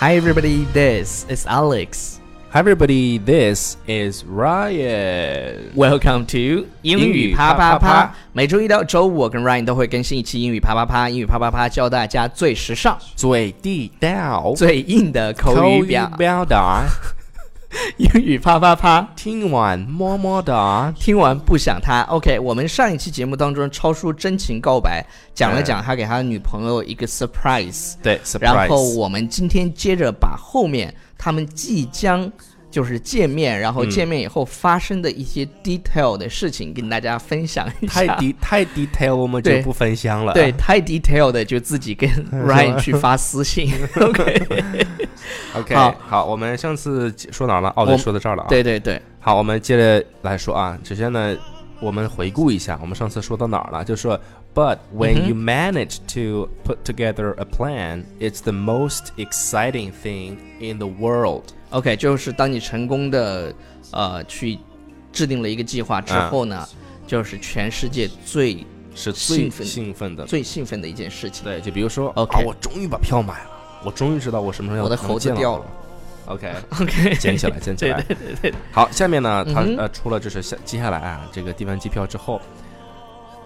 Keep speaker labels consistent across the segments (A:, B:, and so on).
A: Hi everybody, this is Alex.
B: Hi, everybody. This is Ryan.
A: Welcome to 英语啪啪啪。每周一到周五，啊我跟 Ryan 都会更新一期英语啪啪啪。英语啪啪啪教大家最时 尚、
B: 最地道，
A: 最硬的口语表。
B: 表达，
A: 英语啪啪啪，
B: 听完么么哒。
A: 听完不想他。OK，我们上一期节目当中，超叔真情告白，讲了讲他给他的女朋友一个 surprise。
B: 对，surprise。
A: 然后我们今天接着把后面他们即将就是见面，然后见面以后发生的一些 detail 的事情、跟大家分享一下。
B: 太 d 太 detail，我们
A: 对
B: 就不分享了。
A: 对，太 detail 的就自己 跟 Ryan 去发私信。OK，
B: ，OK，
A: 好
B: 好，我们上次说哪儿了？哦，
A: 我
B: 对，说到这儿了啊。
A: 对对对，
B: 好，我们接着来说啊。首先呢，我们回顾一下，我们上次说到哪儿了？就说，But
A: Mm-hmm
B: when you manage to put together a plan, it's the most exciting thing in the world.
A: OK，就是当你成功的呃去制定了一个计划之后呢，
B: 啊
A: 就是全世界最
B: 是
A: 兴
B: 最
A: 奋
B: 兴奋的。
A: 最兴奋的一件事情。
B: 对，就比如说
A: OK
B: 啊，我终于把票买了，我终于知道我什么时候要
A: 我的猴子
B: 能见
A: 掉
B: 了
A: 了。
B: OK，
A: OK，
B: 捡起来，捡起来。
A: 对对对对，
B: 好，下面呢，他
A: 嗯哼
B: 呃，除了就是下接下来啊，这个订完机票之后，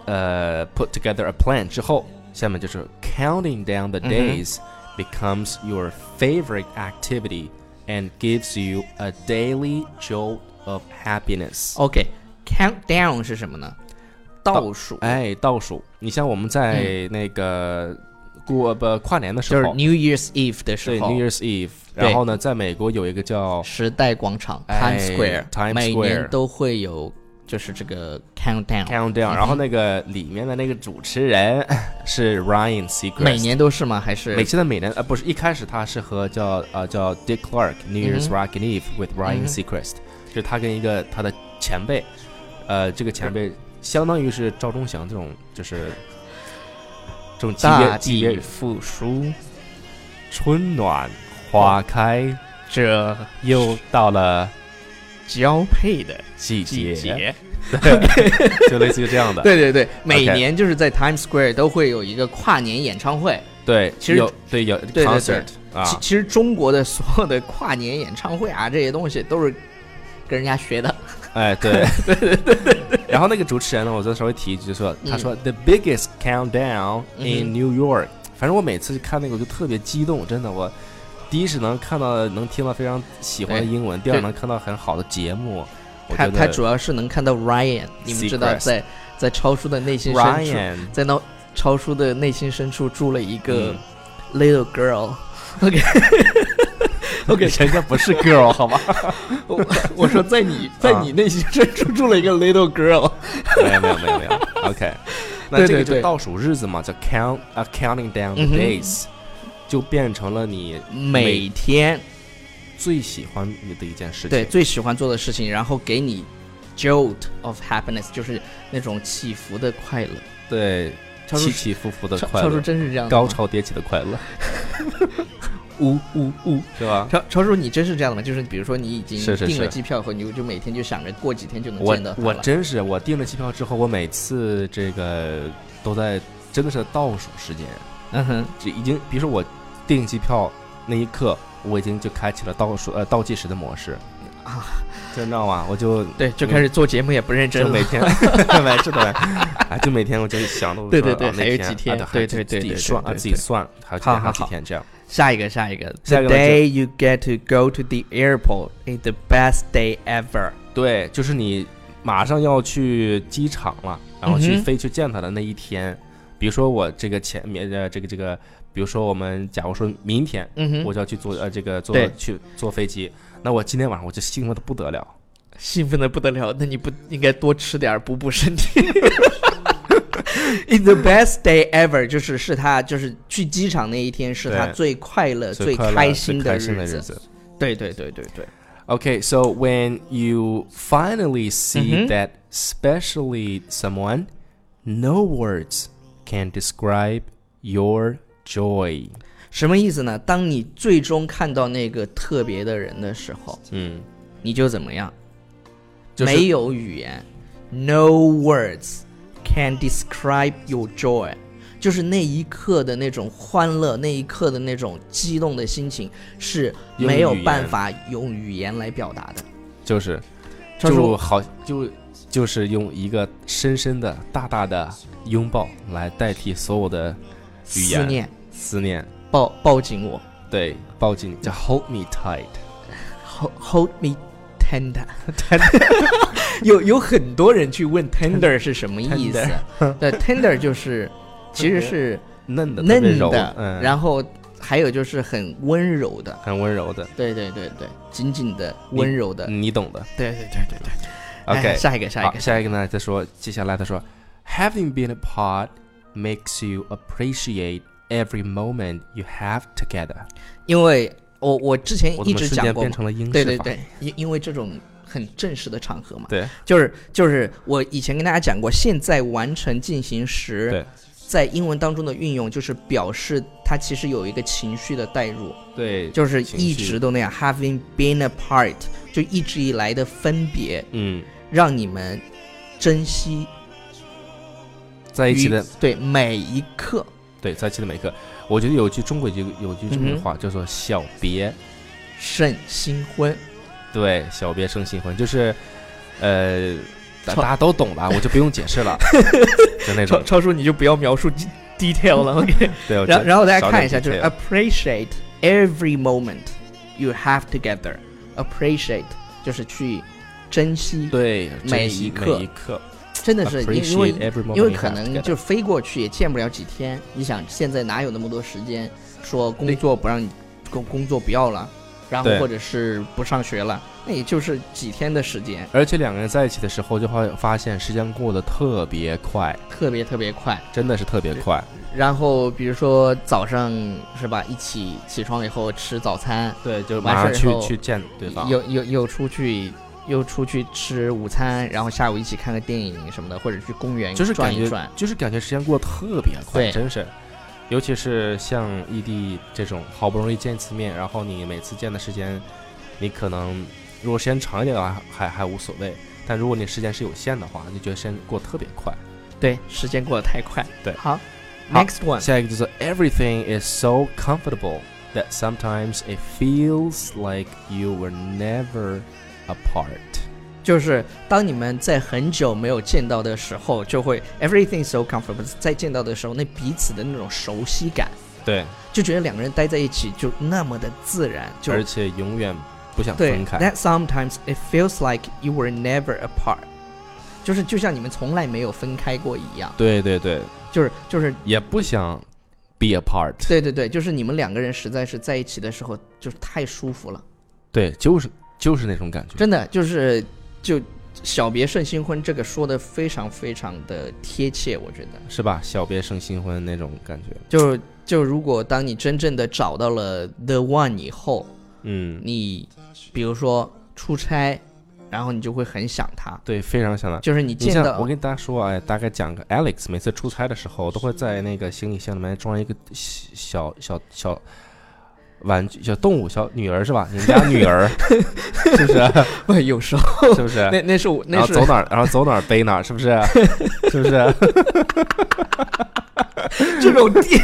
B: 呃，put together a plan 之后，下面就是 counting down the
A: 嗯哼
B: days becomes your favorite activity and gives you a daily jolt of happiness。
A: 哦 OK，countdown、是什么呢？倒数，
B: 哎，倒数，你像我们在那个过不跨年的时
A: 嗯就
B: 候，
A: 是 New Year's Eve 的时
B: 对
A: 候
B: New Year's Eve，
A: 对
B: 然后呢，在美国有一个叫
A: 时代广场
B: 哎
A: Times Square，、
B: Times
A: 每
B: Square
A: 年都会有就是这个 countdown，,
B: Countdown，然后那个里面的那个主持人是 Ryan Seacrest，
A: 每年都是吗？还
B: 每
A: 是
B: 现在每年呃不是一开始他是和叫呃叫 Dick Clark New Year's
A: 嗯
B: Rockin' Eve with
A: 嗯
B: Ryan Seacrest，、就是他跟一个他的前辈，呃这个前辈相当于是赵忠祥这种就是这种级
A: 大
B: 别级
A: 地
B: 别
A: 复苏？
B: 春暖花开，
A: 这
B: 又到了
A: 交配的
B: 季
A: 季
B: 节，
A: 节，
B: 就类似于这 样的。
A: 对对对，每年就是在 Times Square 都会有一个跨年演唱会。
B: 对，
A: 其实
B: 有对有
A: 对
B: concert 啊，
A: 其其实中国的所有的跨年演唱会啊，这些东西都是跟人家学的。
B: 哎，对 对对对对。然后那个主持人呢，我再稍微提一句，就说他说、The biggest countdown
A: 嗯
B: in New York、反正我每次看那个我就特别激动，真的我。第一是能看到能听到非常喜欢的
A: 对
B: 英文，第二
A: 对
B: 能看到很好的节目。我
A: 他
B: 觉
A: 他
B: 得
A: 主要是能看到 Ryan，你们知道
B: Seacrest
A: 在在超叔的内心深处，嗯
B: Ryan
A: 在那超叔的内心深处住了一个
B: 嗯
A: little girl。OK OK，
B: 人家不是 girl 好吗？
A: 我 我说在 你在你内心深处住了一个 little girl。
B: 没有没有没 有没有。OK，那
A: 对
B: 这个
A: 对
B: 就
A: 对
B: 倒数日子嘛，叫 count a counting down the
A: 嗯哼
B: days，、就变成了你
A: 每天
B: 最喜欢你的一件事情。
A: 对最喜欢做的事情，然后给你 jolt of happiness，就是那种起伏的快乐。
B: 对，
A: 超
B: 起
A: 叔
B: 起伏伏的
A: 超
B: 快乐
A: 超叔，真是这样的
B: 高
A: 吗，
B: 潮迭起的快乐，
A: 嗯呜呜呜。
B: 是吧？
A: 超超叔，你真是这样的吗？就是比如说你已经
B: 是是
A: 订了
B: 是
A: 机票以后，你就每天就想着过几天就能
B: 我
A: 见到他
B: 我
A: 了
B: 真是，我订了机票之后，我每次这个都在真的是倒数时间，
A: 嗯哼，
B: 这已经，比如说我订机票那一刻，我已经就开启了倒数呃倒计时的模式
A: 啊，
B: 真的吗？我就
A: 对，就开始做节目也不认真
B: 就
A: 了
B: 每。 天，没是的，哎，就每天我就想到我
A: 对对
B: 说
A: 对
B: 啊
A: 还有
B: 那
A: 几
B: 天，啊
A: 天
B: 还
A: 对对对
B: 自
A: 对
B: 己
A: 对
B: 算啊
A: 对
B: 自己
A: 对
B: 算，还有几
A: 好
B: 天还有
A: 好
B: 几
A: 好
B: 天这样。
A: 下一个，下一个
B: 下一
A: ，The
B: 个呢就
A: day you get to go to the airport is the best day ever。
B: 对，就是你马上要去机场了，然后
A: 嗯
B: 去
A: 哼
B: 飞去见他的那一天，比如说我这个前面呃这个这个，比如说我们假如说明天
A: 嗯哼，
B: 我就要去坐呃这个坐
A: 对
B: 去坐飞机，那我今天晚上我就兴奋的不得了。
A: 兴奋的不得了。那你不应该多吃点儿补补身 体？It's the best day ever，就是是他就是去机场那一天是他
B: 对
A: 最快乐、
B: 最快乐
A: 开
B: 最
A: 心
B: 开
A: 的
B: 心的
A: 子。
B: 日子。
A: 对对对对对，
B: Okay, so when you finally see
A: 嗯哼
B: that specially someone, no words can describe your joy.
A: 什么意思呢？当你最终看到那个特别的人的时候，
B: 嗯，
A: 你就怎么样？
B: 就是
A: 没有语言，no words can describe your joy，就是那一刻的那种欢乐，那一刻的那种激动的心情是没有办法用语言来表达的。
B: 就是，
A: 他说
B: 就好就就是用一个深深的、大大的拥抱来代替所有的语言
A: 思念
B: 思念，
A: 抱抱紧我
B: 对，抱紧你，叫 hold me tight。
A: ，hold hold me tender。有有很多人去问 tender 是什么意 思？对，tender 就是其实是
B: 嫩的，特别
A: 嫩
B: 柔
A: 的，
B: 嗯，
A: 然后还有就是很温柔的。
B: 很温柔的，
A: 对对对对，紧紧的、温柔的。
B: 你懂的。
A: 对对对对对。哎
B: OK，
A: 下一个，下一
B: 好
A: 个，
B: 下一个呢？他说，接下来他说，Having been apart makes you appreciate every moment you have together。
A: 因为我我之前
B: 我怎
A: 哎一
B: 么
A: 直
B: 瞬
A: 讲
B: 间
A: 过嘛
B: 变，成了英式
A: 对对
B: 法
A: 对，因因为这种很正式的场合嘛，
B: 对
A: 就是就是我以前跟大家讲过，现在完成进行时
B: 对，
A: 在英文当中的运用就是表示它其实有一个情绪的代入，
B: 对，
A: 就是
B: 情
A: 一
B: 绪
A: 直都那样，having been apart，就一直以来的分别，
B: 嗯，
A: 让你们珍惜
B: 在一起的
A: 与对每一刻，
B: 对，在一起的每一刻，我觉得有句中国有句有句中
A: 嗯
B: 国
A: 哼
B: 话叫做“小别
A: 胜新婚。”，
B: 对，“小别胜新婚”，就是，呃，大
A: 操
B: 大家都懂了，我就不用解释 了，就那
A: 超
B: 种。
A: 超叔，你就不要描述 detail 了，OK？
B: 对， 我觉
A: 然后然后
B: 得
A: 大家
B: 少
A: 看
B: 点
A: 一下，就是
B: detail
A: appreciate every moment you have together。appreciate 就是去珍惜，
B: 对
A: 每
B: 珍惜
A: 一刻
B: 每一刻，
A: 真的是因因为
B: Appreciate every moment
A: 因为
B: you
A: 可
B: have
A: 能
B: together
A: 就飞过去也见不了几天。你想现在哪有那么多时间说工作不让你工工作不要了，然后
B: 对
A: 或者是不上学了，那也就是几天的时间，
B: 而且两个人在一起的时候，就会发现时间过得特别快，
A: 特别特别快。
B: 真的是特别快。
A: 然后比如说早上是吧，一起起床以后吃早餐，
B: 对，就
A: 完
B: 马上
A: 事儿以
B: 去
A: 后
B: 去见对方。
A: 又又又出去又出去吃午餐，然后下午一起看个电影什么的，或者去公园
B: 就是
A: 转
B: 感
A: 一
B: 觉
A: 转。，
B: 就是感觉时间过得特别快，
A: 对
B: 真是。尤其是像异地这种，好不容易见一次面，然后你每次见的时间，你可能如果时间长一点的话，还还无所谓；但如果你时间是有限的话，你觉得时间过得特别快。
A: 对，时间过得太快。
B: 对
A: 好
B: 好
A: ，next one，
B: 下一个就是 Everything is so comfortable that sometimes it feels like you were never apart。
A: 就是当你们在很久没有见到的时候，就会 everything so comfortable。在见到的时候，那彼此的那种熟悉感，
B: 对，
A: 就觉得两个人待在一起就那么的自然，就
B: 而且永远不想
A: 对
B: 分开。
A: That sometimes it feels like you were never apart，就是就像你们从来没有分开过一样，
B: 对对对，
A: 就是就是
B: 也不想 be apart。
A: 对对对，就是你们两个人实在是在一起的时候，就是太舒服了，
B: 对，就是就是那种感觉。
A: 真的就是就小别胜新婚这个说的非常非常的贴切，我觉得
B: 是吧？小别胜新婚那种感觉。
A: 就就如果当你真正的找到了 the one 以后，
B: 嗯，
A: 你比如说出差，然后你就会很想他，
B: 对，非常想的。
A: 就是你
B: 你
A: 见
B: 像我
A: 到
B: 跟大家说，哎，大概讲个 Alex，每次出差的时候都会在那个行李箱里面装一个小小小小玩具、小动物、小女儿是吧？你们家女 儿是不是？
A: 有时候。
B: 是不是？
A: 那那是我
B: 然
A: 那
B: 后
A: 是
B: 走哪儿，然后走哪儿背哪儿，是不是？是不是？
A: 这种地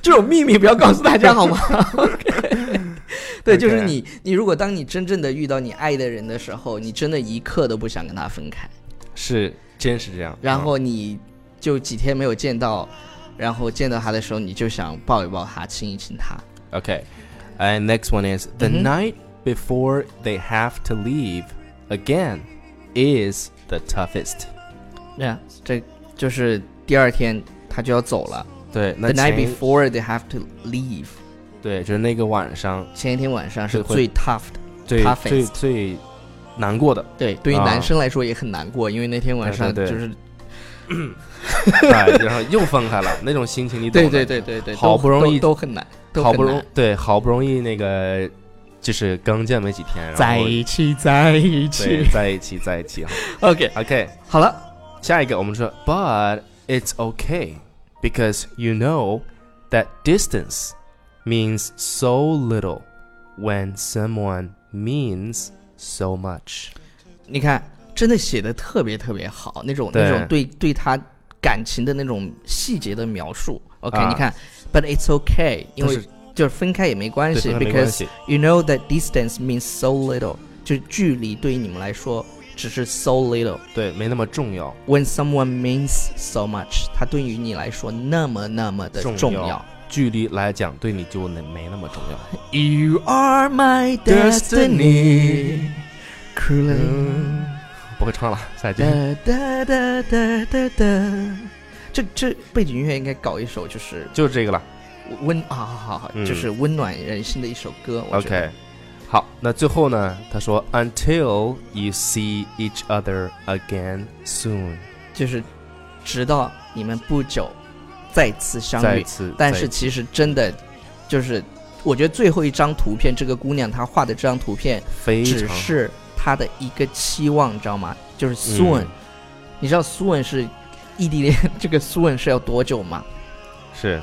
A: 这种秘密不要告诉大家好吗 对，就是
B: OK
A: 你你如果当你真正的遇到你爱的人的时候，你真的一刻都不想跟他分开，
B: 是，真是这样。
A: 然
B: 嗯
A: 后你就几天没有见到，然后见到他的时候，你就想抱一抱他，亲一亲他。
B: Okay. And 嗯哎 next one is the
A: Mhm.
B: night before they have to leave again is the toughest.
A: 对啊，这就是第二天他就要走了。
B: 对，那
A: The night
B: 前
A: before they have to leave，
B: 对，就是那个晚上
A: 前一天晚上是
B: 对会
A: 最 tough 的。
B: 最
A: Toughest
B: 最最难过 的，
A: 对，对于
B: 啊
A: 男生来说也很难过，因为那天晚
B: 对
A: 上
B: 对
A: 就
B: 对
A: 是
B: 哎，然后又分开了，那种心情你懂
A: 对
B: 的。
A: 对对对对，
B: 好
A: 都
B: 不容
A: 都
B: 易
A: 都很难，都
B: 好
A: 很
B: 不容
A: 难
B: 对，好不容易那个就是刚见没几天，然后
A: 在一起，在一
B: 对
A: 起。
B: 在一起在一起。
A: OK，
B: OK，
A: 好了，
B: 下一个我们说，But it's okay because you know that distance means so little when someone means so much。
A: 你看，真的写的特别特别好，那种
B: 对
A: 那种对对他感情的那种细节的描述。OK，、
B: 啊
A: 你看，But it's okay，因为
B: 但是
A: 就是分开也没关
B: 对
A: 系
B: 分开没关
A: ，because
B: 系
A: you know that distance means so little，就是距离对于你们来说只是 so little。
B: 对，没那么重要。
A: When someone means so much，它对于你来说那么那么的
B: 重
A: 重
B: 要
A: 要。
B: 距离来讲，对你就没那么重要。
A: You are my
B: Destiny
A: destiny, cruel.
B: 嗯不会唱了，下一句。
A: 哒哒哒哒哒哒。这这背景音乐应该搞一首，就是
B: 就是这个了。
A: 温啊，好好好，
B: 嗯
A: 就是温暖人心的一首歌。我觉得
B: OK，好，那最后呢？他说，Until you see each other again soon，
A: 就是直到你们不久再次相
B: 再
A: 遇。
B: 次，
A: 但
B: 再
A: 是其实真的就是，我觉得最后一张图片，这个姑娘她画的这张图片
B: 非
A: 只
B: 常
A: 是她的一个期望，你知道吗？就是
B: 嗯
A: soon，、你知道 soon 是异地恋，这个 soon 是要多久吗？
B: 是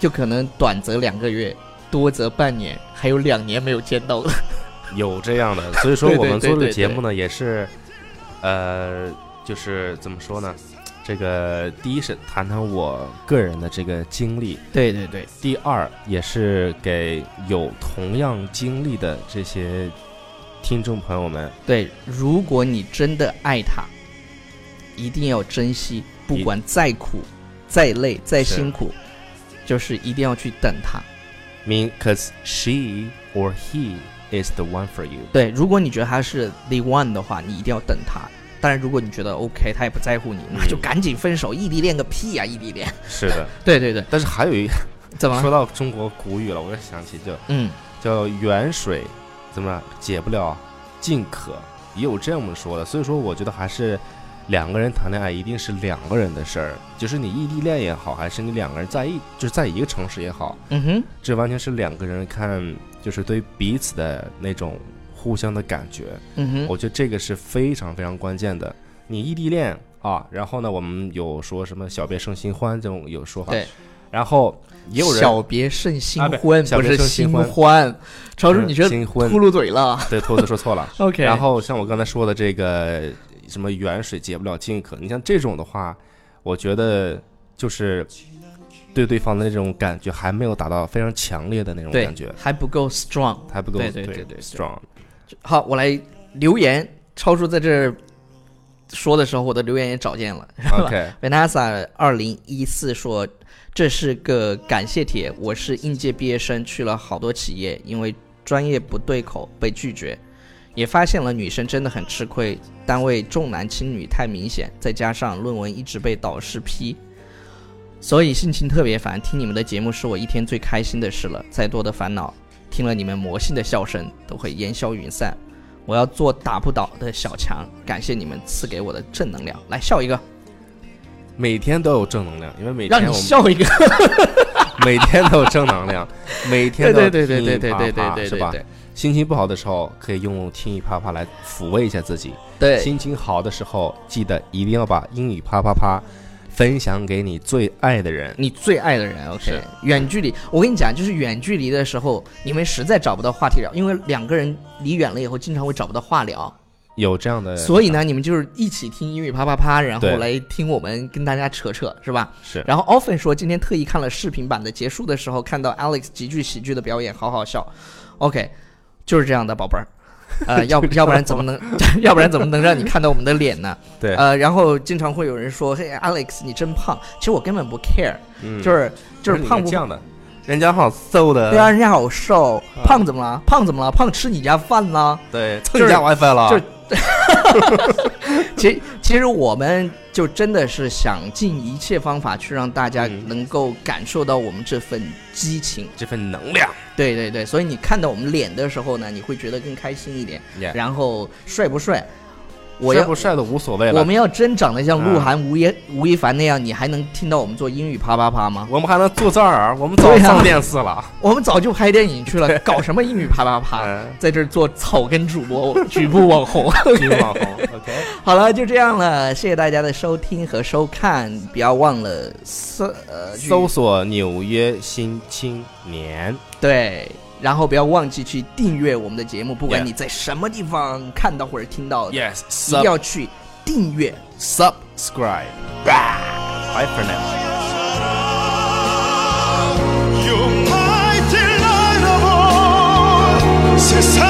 A: 就可能短则两个月，多则半年，还有两年没有见到了。
B: 有这 样的。所以说，
A: 对对
B: 我们
A: 对
B: 做这
A: 对对
B: 个节目呢，也是，呃，就是怎么说呢？这个第一是谈谈我个人的这个经历，
A: 对对对，
B: 第二也是给有同样经历的这些听众朋友们，
A: 对，如果你真的爱他，一定要珍惜，不
B: 一
A: 管再苦、再累、再
B: 是
A: 辛苦，就是一定要去等他。
B: mean cause she or he is the one for you。
A: 对，如果你觉得他是 the one 的话，你一定要等他。当然，如果你觉得 OK，他也不在乎你，那就赶紧分手，异地恋个屁呀、异地恋。
B: 是的，
A: 嗯对对对，
B: 但是还有一
A: 怎么
B: 说
A: 了？
B: 到中国古语了，我又想起就
A: 嗯，
B: 叫远水怎么解不了近渴，也有这么说的。所以说，我觉得还是两个人谈恋爱一定是两个人的事儿，就是你异地恋也好，还是你两个人在一就是在一个城市也好，
A: 嗯哼，
B: 这完全是两个人看就是对彼此的那种互相的感觉。
A: 嗯哼，
B: 我觉得这个是非常非常关键的。你异地恋啊，然后呢，我们有说什么“小别胜新婚”这种有说法，
A: 对，
B: 然后也有人
A: 小别胜新
B: 啊不
A: 婚，
B: 小
A: 不
B: 别
A: 是
B: 胜
A: 新
B: 新婚
A: 欢。超叔，你这
B: 新婚
A: 秃噜嘴了
B: 对，兔子说 错了。
A: ？OK，
B: 然后像我刚才说的这个什么远水解不了近渴，你像这种的话，我觉得就是对对方的那种感觉还没有达到非常强烈的那种
A: 对
B: 感觉，
A: 还不够 strong。
B: 还不够
A: 对对对对对
B: strong。
A: 好，我来留言。超叔在这儿说的时候，我的留言也找见了。
B: OK，
A: Vanessa 二零一四说，这是个感谢帖。我是应届毕业生，去了好多企业，因为专业不对口被拒绝，也发现了女生真的很吃亏，单位重男轻女太明显，再加上论文一直被导师批，所以心情特别烦。听你们的节目是我一天最开心的事了，再多的烦恼，听了你们魔性的笑声都会烟消云散。我要做打不倒的小强，感谢你们赐给我的正能量，来笑一个，
B: 每天都有正能量，因为每
A: 让
B: 天
A: 你
B: 我们
A: 笑一个。
B: 每天都有正能 量，每天都
A: 对对
B: 有
A: 对
B: 听
A: 对
B: 一
A: 对
B: 啪
A: 对对
B: 啪
A: 对
B: 是
A: 对
B: 吧？
A: 对
B: 心情不好的时候，可以用听一啪啪来抚慰一下自己；
A: 对
B: 心情好的时候，记得一定要把英语啪啪啪分享给你最爱的人。
A: 你最爱的人，OK，
B: 是
A: 远距离，我跟你讲，就是远距离的时候，你们实在找不到话题聊，因为两个人离远了以后，经常会找不到话聊，
B: 有这样的，
A: 所以呢，你们就是一起听英语啪啪啪，然后
B: 对
A: 来听我们跟大家扯扯，是吧？
B: 是
A: 然后 Often 说，今天特意看了视频版的，结束的时候看到 Alex 极具喜剧的表演，好好笑，OK，就是这样的，宝贝儿。 呃，要不要不然怎么能， 要不然怎么能让你看到我们的脸呢？
B: 对，
A: 呃，然后经常会有人说：“嘿，Alex，你真胖。”其实我根本不 care，、
B: 嗯
A: 就是就是
B: 你
A: 胖
B: 看
A: 不
B: 这样的，人家好瘦的，
A: 对啊，人家好瘦，
B: 啊
A: 胖怎么了？胖怎么了？胖吃你家饭啦？
B: 对，蹭
A: 就是
B: 你家 WiFi 了，
A: 就是其 实其实我们就真的是想尽一切方法去让大家
B: 嗯
A: 能够感受到我们这份激情。
B: 这份能量，
A: 对对对，所以你看到我们脸的时候呢，你会觉得更开心一点。
B: Yeah
A: 然后帅不帅？我
B: 帅
A: 要
B: 不帅的无所谓了。
A: 我们要真长得像鹿
B: 啊
A: 晗、吴亦吴亦凡那样，你还能听到我们做英语啪啪啪吗？
B: 我们还能坐这儿，我们早
A: 对啊
B: 上电视 了。
A: 我们早就拍电影去 了，搞什么英语啪啪啪，
B: 嗯，
A: 在这儿做草根主播、局部网红。
B: 女网红，OK，
A: 好了，就这样了，谢谢大家的收听和收看，不要忘了搜呃去
B: 搜索纽约新青年。
A: 对，然后不要忘记去订阅我们的节目，不管
B: Yeah
A: 你在什么地方看到或者听到，一
B: Yes,
A: 定要去订阅
B: subscribe.
C: Bye for now.
B: You're mighty light of all.